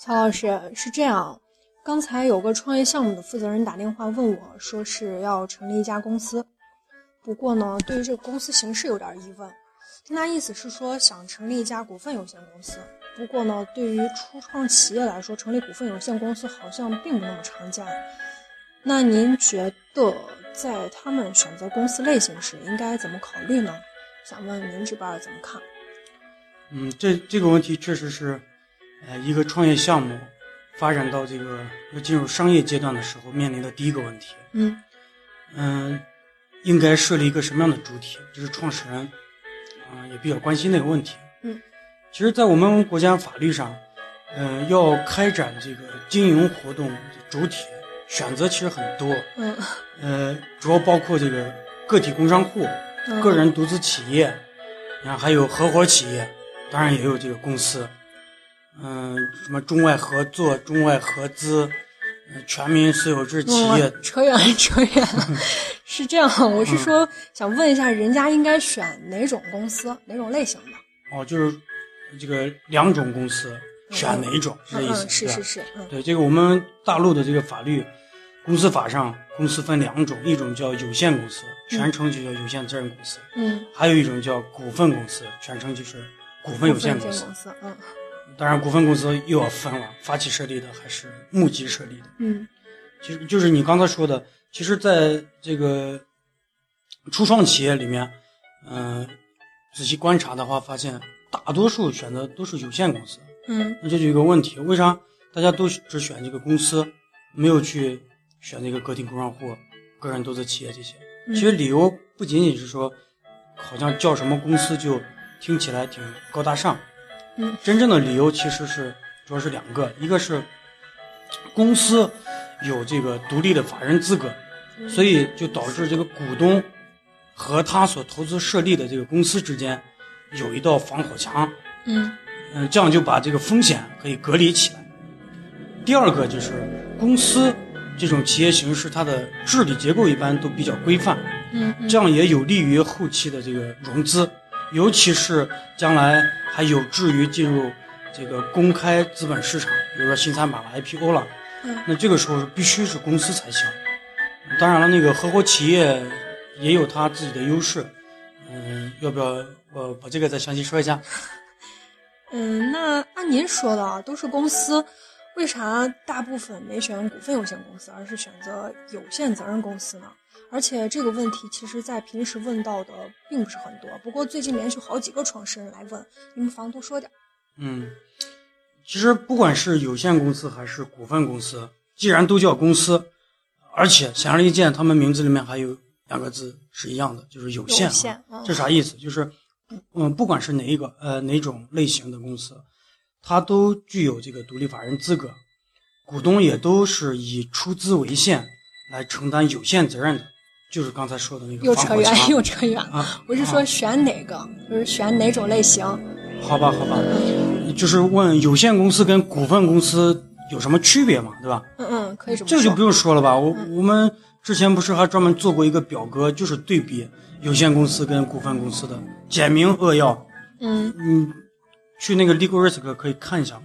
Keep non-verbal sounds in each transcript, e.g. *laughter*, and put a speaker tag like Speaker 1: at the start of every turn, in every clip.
Speaker 1: 曹老师是这样，刚才有个创业项目的负责人打电话问我，说是要成立一家公司，不过呢，对于这个公司形式有点疑问。听他意思是说想成立一家股份有限公司，不过呢，对于初创企业来说，成立股份有限公司好像并不那么常见。那您觉得在他们选择公司类型时应该怎么考虑呢？想问您这边怎么看？
Speaker 2: 嗯，这这个问题确实是，呃，一个创业项目发展到这个要进入商业阶段的时候面临的第一个问题。
Speaker 1: 嗯
Speaker 2: 嗯、应该设立一个什么样的主体？这是创始人啊、也比较关心的一个问题。
Speaker 1: 嗯，
Speaker 2: 其实，在我们国家法律上，嗯、要开展这个经营活动主体选择其实很多，
Speaker 1: 嗯
Speaker 2: 呃，主要包括这个个体工商户、
Speaker 1: 嗯，
Speaker 2: 个人独资企业，然后还有合伙企业，当然也有这个公司，嗯、什么中外合作、中外合资、呃全民私有制企业，
Speaker 1: 嗯扯远 *laughs* 了，扯远了。是这样，我
Speaker 2: 嗯
Speaker 1: 是说想问一下，人家应该选哪种公司，哪种类型的？
Speaker 2: 哦，就是这个两种公司
Speaker 1: 嗯
Speaker 2: 选哪一种，是这啊
Speaker 1: 嗯
Speaker 2: 意思
Speaker 1: 嗯，是
Speaker 2: 吧
Speaker 1: 是是，嗯
Speaker 2: 对，这个我们大陆的这个法律，公司法上公司分两种，一种叫有限公司，全称就叫有限责任公司；
Speaker 1: 嗯，
Speaker 2: 还有一种叫股份公司，全称就是股份有限
Speaker 1: 公
Speaker 2: 公司。
Speaker 1: 司，嗯
Speaker 2: 当然，股份公司又要分了，发起设立的还是募集设立的。
Speaker 1: 嗯
Speaker 2: 其实就是你刚才说的，其实在这个初创企业里面，嗯、仔细观察的话，发现大多数选择都是有限公司。
Speaker 1: 嗯
Speaker 2: 那这就有一个问题，为啥大家都只选这个公司，没有去选这个个体工商户、个人独资企业这些？
Speaker 1: 嗯
Speaker 2: 其实理由不仅仅是说，好像叫什么公司就听起来挺高大上，
Speaker 1: 嗯，
Speaker 2: 真正的理由其实是主要是两个，一个是公司有这个独立的法人资格，
Speaker 1: 嗯
Speaker 2: 所以就导致这个股东和他所投资设立的这个公司之间有一道防火墙，
Speaker 1: 嗯
Speaker 2: 嗯，这样就把这个风险可以隔离起来。第二个就是公司这种企业形式，它的治理结构一般都比较规范，
Speaker 1: 嗯嗯
Speaker 2: 这样也有利于后期的这个融资，尤其是将来还有志于进入这个公开资本市场，比如说新三板了、IPO 了，
Speaker 1: 嗯
Speaker 2: 那这个时候是必须是公司才行。当然了，那个合伙企业也有它自己的优势，嗯，要不要我把这个再详细说一下？
Speaker 1: 嗯，那按您说的啊，都是公司，为啥大部分没选股份有限公司，而是选择有限责任公司呢？而且这个问题，其实在平时问到的并不是很多。不过最近连续好几个创始人来问，您不妨多说点儿。
Speaker 2: 嗯，其实不管是有限公司还是股份公司，既然都叫公司，而且显而易见，他们名字里面还有两个字是一样的，就是有限、啊。
Speaker 1: 有限嗯
Speaker 2: 这啥意思？就是，嗯，不管是哪一个呃哪种类型的公司，它都具有这个独立法人资格，股东也都是以出资为限来承担有限责任的，就是刚才说的那个
Speaker 1: 又
Speaker 2: 防
Speaker 1: 扯
Speaker 2: 火
Speaker 1: 远，
Speaker 2: 墙
Speaker 1: 又扯远了。
Speaker 2: 啊。
Speaker 1: 我是说选哪个，就是选哪种类型。
Speaker 2: 好吧，好吧，就是问有限公司跟股份公司有什么区别嘛，对吧？
Speaker 1: 嗯嗯，可以这么
Speaker 2: 这
Speaker 1: 说。嗯
Speaker 2: 个就不用说了吧。我我们之前不是还专门做过一个表格，就是对比有限公司跟股份公司的，简明扼要。
Speaker 1: 嗯，
Speaker 2: 嗯，去那个 Legal Risk 可以看一下嘛。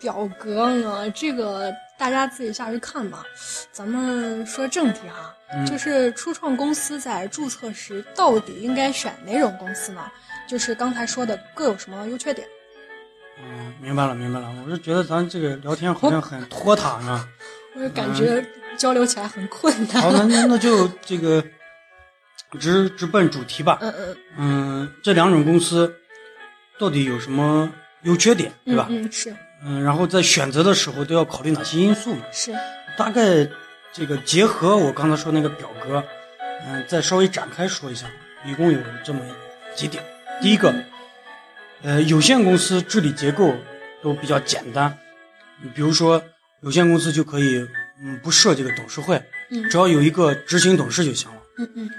Speaker 1: 表格呢，这个大家自己下去看吧。咱们说正题哈、
Speaker 2: 嗯
Speaker 1: 就是初创公司在注册时到底应该选哪种公司呢？就是刚才说的各有什么优缺点？
Speaker 2: 嗯，明白了，明白了。我是觉得咱这个聊天好像很拖沓
Speaker 1: *laughs*
Speaker 2: 呢。
Speaker 1: 我就感觉交流起来很困难。
Speaker 2: 嗯好，那那那就这个直直奔主题吧。
Speaker 1: 嗯嗯
Speaker 2: 嗯，这两种公司到底有什么优缺点，对
Speaker 1: 嗯
Speaker 2: 吧？
Speaker 1: 嗯，是
Speaker 2: 嗯，然后在选择的时候都要考虑哪些因素嘛？
Speaker 1: 是，
Speaker 2: 大概这个结合我刚才说那个表格，嗯、再稍微展开说一下，一共有这么几点。第一个，呃，有限公司治理结构都比较简单，比如说有限公司就可以，嗯，不设这个董事会，
Speaker 1: 嗯
Speaker 2: 只要有一个执行董事就行了。
Speaker 1: 嗯嗯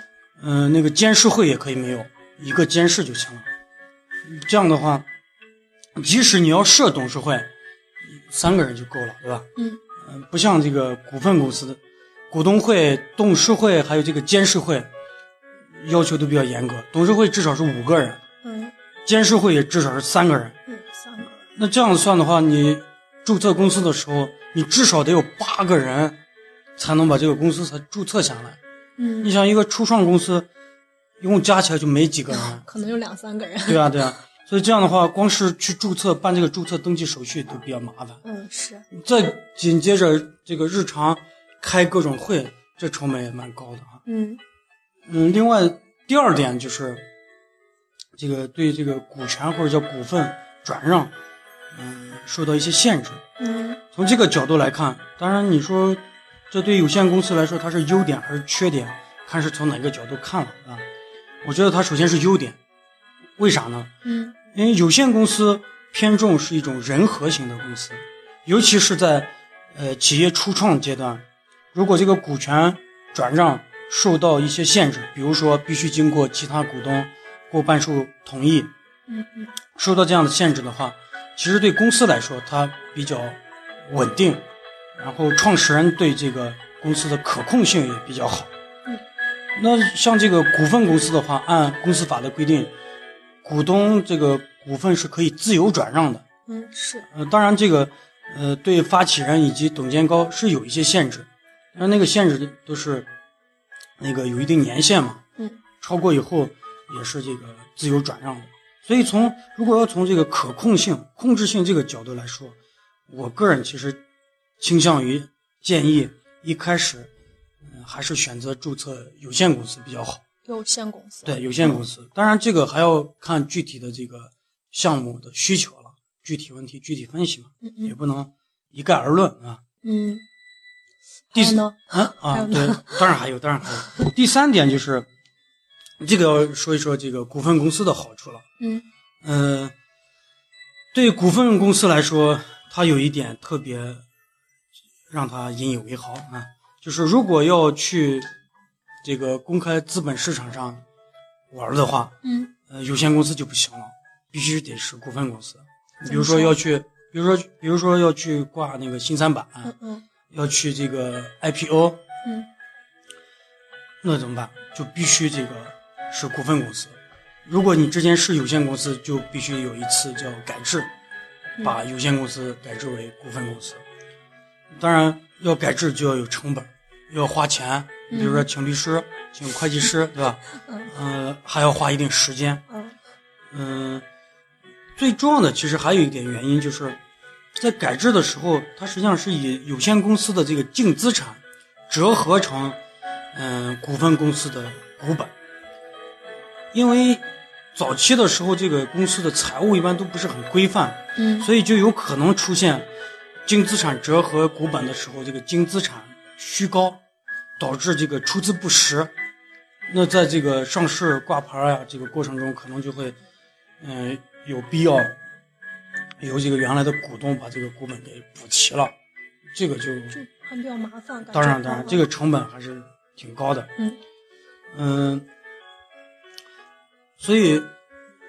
Speaker 2: 嗯、那个监事会也可以没有，一个监事就行了。这样的话，即使你要设董事会，三个人就够了，对吧？
Speaker 1: 嗯
Speaker 2: 嗯，不像这个股份公司的股东会、董事会还有这个监事会要求都比较严格，董事会至少是五个人，
Speaker 1: 嗯
Speaker 2: 监事会也至少是三个人。
Speaker 1: 嗯，三个。
Speaker 2: 那这样算的话，你注册公司的时候，你至少得有八个人，才能把这个公司才注册下来。
Speaker 1: 嗯
Speaker 2: 你，想一个初创公司，一共加起来就没几个人，
Speaker 1: 可能有两三个人。
Speaker 2: 对啊对啊。所以这样的话，光是去注册办这个注册登记手续都比较麻烦。
Speaker 1: 嗯，是，
Speaker 2: 再紧接着这个日常开各种会，这成本也蛮高的啊。
Speaker 1: 嗯
Speaker 2: 嗯，另外第二点就是，这个对这个股权或者叫股份转让，嗯，受到一些限制。
Speaker 1: 嗯
Speaker 2: 从这个角度来看，当然你说这对有限公司来说它是优点还是缺点，看是从哪个角度看了啊。我觉得它首先是优点，为啥呢？
Speaker 1: 嗯
Speaker 2: 因为有限公司偏重是一种人和型的公司，尤其是在呃企业初创阶段，如果这个股权转让受到一些限制，比如说必须经过其他股东过半数同意，
Speaker 1: 嗯嗯
Speaker 2: 受到这样的限制的话，其实对公司来说它比较稳定，然后创始人对这个公司的可控性也比较好。
Speaker 1: 嗯，
Speaker 2: 那像这个股份公司的话，按公司法的规定，股东这个股份是可以自由转让的。
Speaker 1: 嗯，是，
Speaker 2: 呃，当然这个呃对发起人以及董监高是有一些限制，但那个限制都是那个有一定年限嘛，
Speaker 1: 嗯
Speaker 2: 超过以后也是这个自由转让的。所以从如果要从这个可控性、控制性这个角度来说，我个人其实倾向于建议一开始，嗯，还是选择注册有限公司比较好。
Speaker 1: 有限公司。
Speaker 2: 对，有限公司，当然这个还要看具体的这个项目的需求了，具体问题具体分析嘛，
Speaker 1: 嗯
Speaker 2: 也
Speaker 1: 嗯
Speaker 2: 不能一概而论啊。
Speaker 1: 嗯。还
Speaker 2: 第
Speaker 1: 有
Speaker 2: 四
Speaker 1: 呢？
Speaker 2: 啊
Speaker 1: 还
Speaker 2: 啊，
Speaker 1: 有
Speaker 2: 对，当然还有，当然还有。第三点就是，这个要说一说这个股份公司的好处了。
Speaker 1: 嗯
Speaker 2: 呃，对股份公司来说，它有一点特别让它引以为豪啊，就是如果要去这个公开资本市场上玩的话，
Speaker 1: 嗯
Speaker 2: 呃，有限公司就不行了，必须得是股份公司。
Speaker 1: 怎么
Speaker 2: 比如说
Speaker 1: 说
Speaker 2: 要去，比如说比如说要去挂那个新三板，
Speaker 1: 嗯嗯
Speaker 2: 要去这个 IPO，
Speaker 1: 嗯
Speaker 2: 那怎么办？就必须这个是股份公司。如果你之前是有限公司，就必须有一次叫改制，
Speaker 1: 嗯
Speaker 2: 把有限公司改制为股份公司。当然，要改制就要有成本，要花钱，比如说请律师、请会计师，对吧？
Speaker 1: *laughs* 嗯
Speaker 2: 呃，还要花一定时间。
Speaker 1: 嗯
Speaker 2: 嗯，最重要的其实还有一点原因，就是在改制的时候，它实际上是以有限公司的这个净资产折合成嗯、股份公司的股本，因为早期的时候，这个公司的财务一般都不是很规范，
Speaker 1: 嗯
Speaker 2: 所以就有可能出现净资产折合股本的时候，这个净资产虚高，导致这个出资不实。那在这个上市挂牌啊这个过程中，可能就会，嗯、有必要由这个原来的股东把这个股本给补齐了，这个就
Speaker 1: 这还比较麻烦。感
Speaker 2: 当然
Speaker 1: 觉
Speaker 2: 当然
Speaker 1: 嗯
Speaker 2: 这个成本还是挺高的。
Speaker 1: 嗯
Speaker 2: 嗯，所以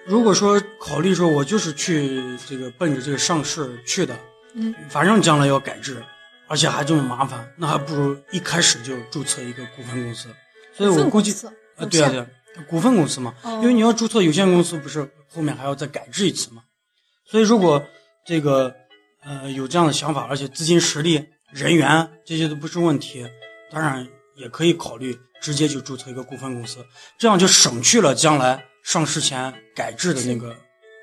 Speaker 2: 如果说考虑说我就是去这个奔着这个上市去的，
Speaker 1: 嗯
Speaker 2: 反正将来要改制，而且还这么麻烦，那还不如一开始就注册一个股份公司。所以我估计，呃，对啊对啊，股份公司嘛，
Speaker 1: 哦
Speaker 2: 因为你要注册有限公司，不是后面还要再改制一次嘛。所以如果这个呃有这样的想法，而且资金实力、人员这些都不是问题，当然也可以考虑直接就注册一个股份公司，这样就省去了将来上市前改制的那个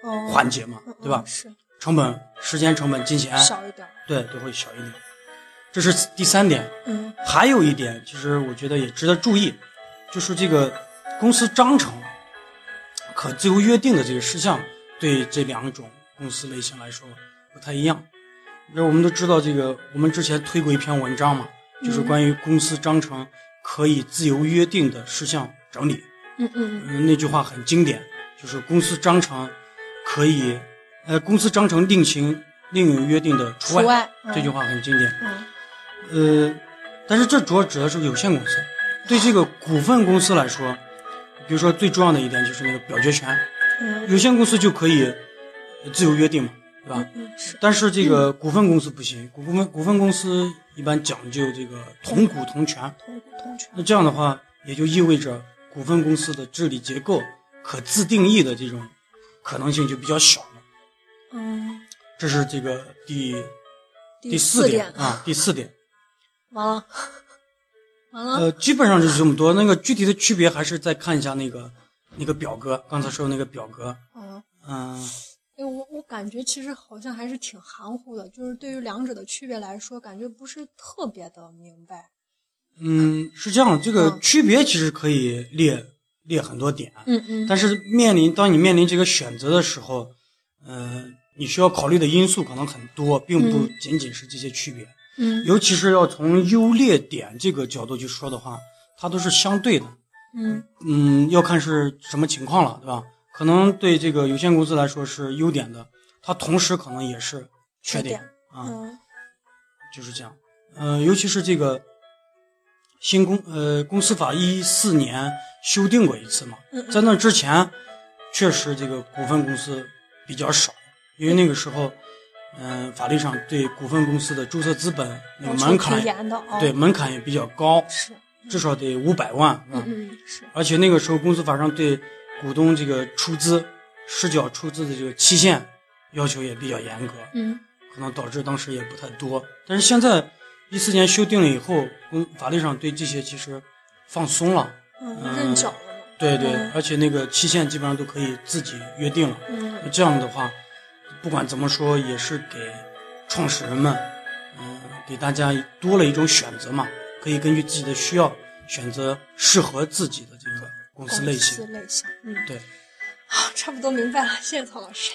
Speaker 1: 哦
Speaker 2: 环节嘛
Speaker 1: 嗯，嗯
Speaker 2: 对吧？
Speaker 1: 是
Speaker 2: 成本、时间成本、金钱，
Speaker 1: 少一点儿。
Speaker 2: 对，都会小一点。这是第三点，
Speaker 1: 嗯
Speaker 2: 还有一点，其实我觉得也值得注意，就是这个公司章程啊可自由约定的这个事项，对这两种公司类型来说不太一样。那我们都知道，这个我们之前推过一篇文章嘛，
Speaker 1: 嗯
Speaker 2: 就是关于公司章程可以自由约定的事项整理。
Speaker 1: 嗯嗯
Speaker 2: 嗯，那句话很经典，就是公司章程可以，呃，公司章程另行另有约定的除外。
Speaker 1: 除外嗯
Speaker 2: 这句话很经典。
Speaker 1: 嗯
Speaker 2: 呃，但是这主要指的是有限公司。对这个股份公司来说，比如说最重要的一点就是那个表决权，
Speaker 1: 嗯
Speaker 2: 有限公司就可以自由约定嘛，对吧？
Speaker 1: 嗯嗯是
Speaker 2: 但是这个股份公司不行，股份股份公司一般讲究这个同股同权，
Speaker 1: 同股同权。
Speaker 2: 那这样的话也就意味着股份公司的治理结构可自定义的这种可能性就比较小了。
Speaker 1: 嗯
Speaker 2: 这是这个第第
Speaker 1: 四
Speaker 2: 点
Speaker 1: *laughs*
Speaker 2: 啊，第四点，
Speaker 1: 完了，完了，
Speaker 2: 呃，基本上就是这么多。那个具体的区别还是再看一下那个那个表格，刚才说的那个表格，
Speaker 1: 嗯，
Speaker 2: 嗯、
Speaker 1: 哎，我我感觉其实好像还是挺含糊的，就是对于两者的区别来说，感觉不是特别的明白。
Speaker 2: 嗯，是这样，这个
Speaker 1: 嗯
Speaker 2: 区别其实可以列列很多点，啊
Speaker 1: 嗯嗯
Speaker 2: 但是面临当你面临这个选择的时候，呃，你需要考虑的因素可能很多，并不
Speaker 1: 嗯
Speaker 2: 仅仅是这些区别。
Speaker 1: 嗯
Speaker 2: 尤其是要从优劣点这个角度去说的话，它都是相对的。
Speaker 1: 嗯
Speaker 2: 嗯，要看是什么情况了，对吧？可能对这个有限公司来说是优点的，它同时可能也是缺点
Speaker 1: 缺
Speaker 2: 啊、
Speaker 1: 嗯
Speaker 2: 就是这样。呃，尤其是这个新公呃公司法一四年修订过一次嘛，
Speaker 1: 嗯
Speaker 2: 在那之前，确实这个股份公司比较少，因为那个时候，嗯、法律上对股份公司的注册资本那个
Speaker 1: 要求
Speaker 2: 门槛
Speaker 1: 挺严的哦。
Speaker 2: 对，门槛也比较高，
Speaker 1: 是，
Speaker 2: 至少得五百万，是吧
Speaker 1: 嗯嗯是，
Speaker 2: 而且那个时候公司法上对股东这个出资、实缴出资的这个期限要求也比较严格，
Speaker 1: 嗯
Speaker 2: 可能导致当时也不太多。但是现在一四年修订了以后，公法律上对这些其实放松了，
Speaker 1: 嗯
Speaker 2: 嗯
Speaker 1: 认缴了嘛。
Speaker 2: 对对，
Speaker 1: 嗯
Speaker 2: 而且那个期限基本上都可以自己约定了。
Speaker 1: 嗯
Speaker 2: 这样的话，不管怎么说，也是给创始人们，嗯、给大家多了一种选择嘛，可以根据自己的需要选择适合自己的这个公司类型。
Speaker 1: 类型，嗯 *laughs*
Speaker 2: 对，
Speaker 1: 啊，差不多明白了，谢谢曹老师。